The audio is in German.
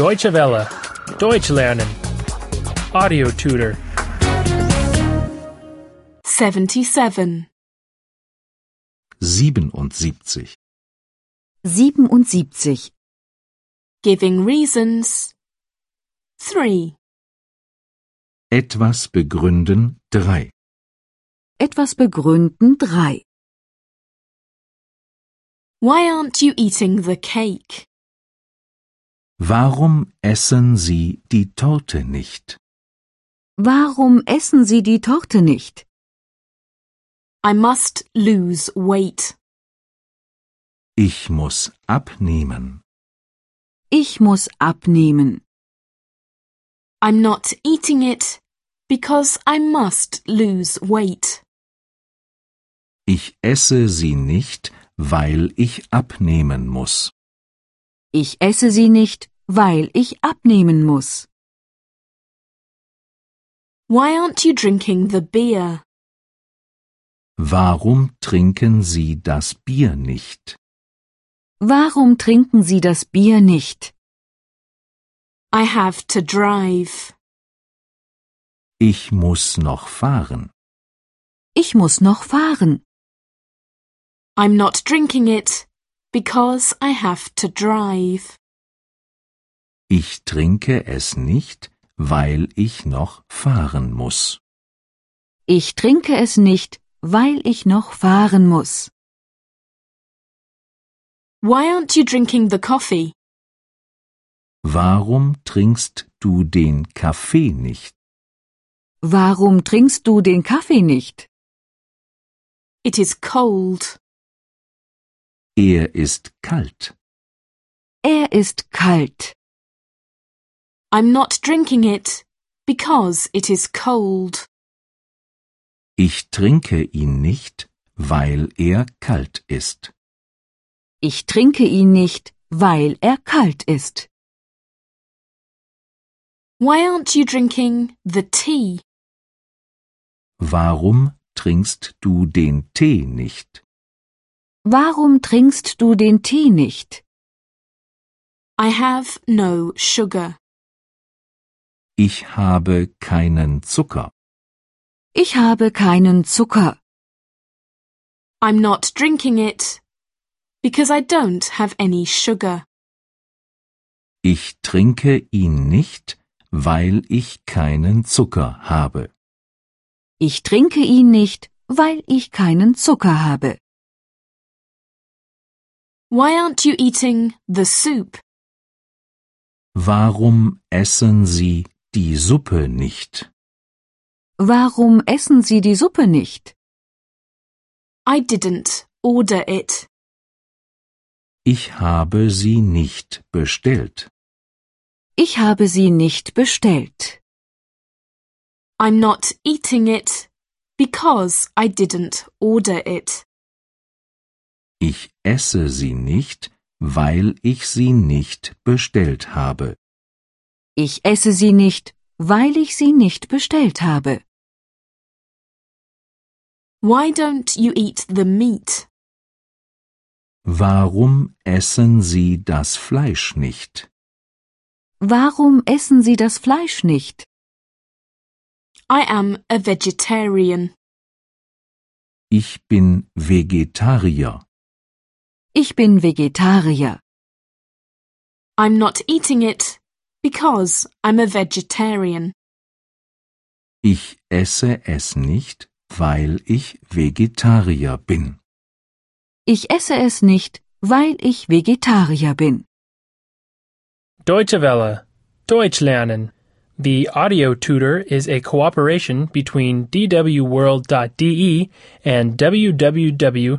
Deutsche Welle. Deutsch lernen. Audio tutor. 77. 77. 77. Giving reasons. 3. Etwas begründen 3. Etwas begründen 3. Why aren't you eating the cake? Warum essen Sie die Torte nicht? Warum essen Sie die Torte nicht? I must lose weight. Ich muss abnehmen. Ich muss abnehmen. I'm not eating it because I must lose weight. Ich esse sie nicht, weil ich abnehmen muss. Ich esse sie nicht, weil ich abnehmen muss. Why aren't you drinking the beer? Warum trinken Sie das Bier nicht? Warum trinken Sie das Bier nicht? I have to drive. Ich muss noch fahren. Ich muss noch fahren. I'm not drinking it because I have to drive. Ich trinke es nicht, weil ich noch fahren muss. Ich trinke es nicht, weil ich noch fahren muss. Why aren't you drinking the coffee? Warum trinkst du den Kaffee nicht? Warum trinkst du den Kaffee nicht? It is cold. Er ist kalt. Er ist kalt. I'm not drinking it because it is cold. Ich trinke ihn nicht, weil er kalt ist. Ich trinke ihn nicht, weil er kalt ist. Why aren't you drinking the tea? Warum trinkst du den Tee nicht? Warum trinkst du den Tee nicht? I have no sugar. Ich habe keinen Zucker. Ich habe keinen Zucker. I'm not drinking it because I don't have any sugar. Ich trinke ihn nicht, weil ich keinen Zucker habe. Ich trinke ihn nicht, weil ich keinen Zucker habe. Why aren't you eating the soup? Warum essen Sie die Suppe nicht? Warum essen Sie die Suppe nicht? I didn't order it. Ich habe sie nicht bestellt. Ich habe sie nicht bestellt. I'm not eating it because I didn't order it. Ich esse sie nicht, weil ich sie nicht bestellt habe. Ich esse sie nicht, weil ich sie nicht bestellt habe. Why don't you eat the meat? Warum essen Sie das Fleisch nicht? Warum essen Sie das Fleisch nicht? I am a vegetarian. Ich bin Vegetarier. Ich bin Vegetarier. I'm not eating it because I'm a vegetarian. Ich esse es nicht, weil ich Vegetarier bin. Ich esse es nicht, weil ich Vegetarier bin. Deutsche Welle. Deutsch lernen. The audio tutor is a cooperation between E dwworld.de and www.book2.de.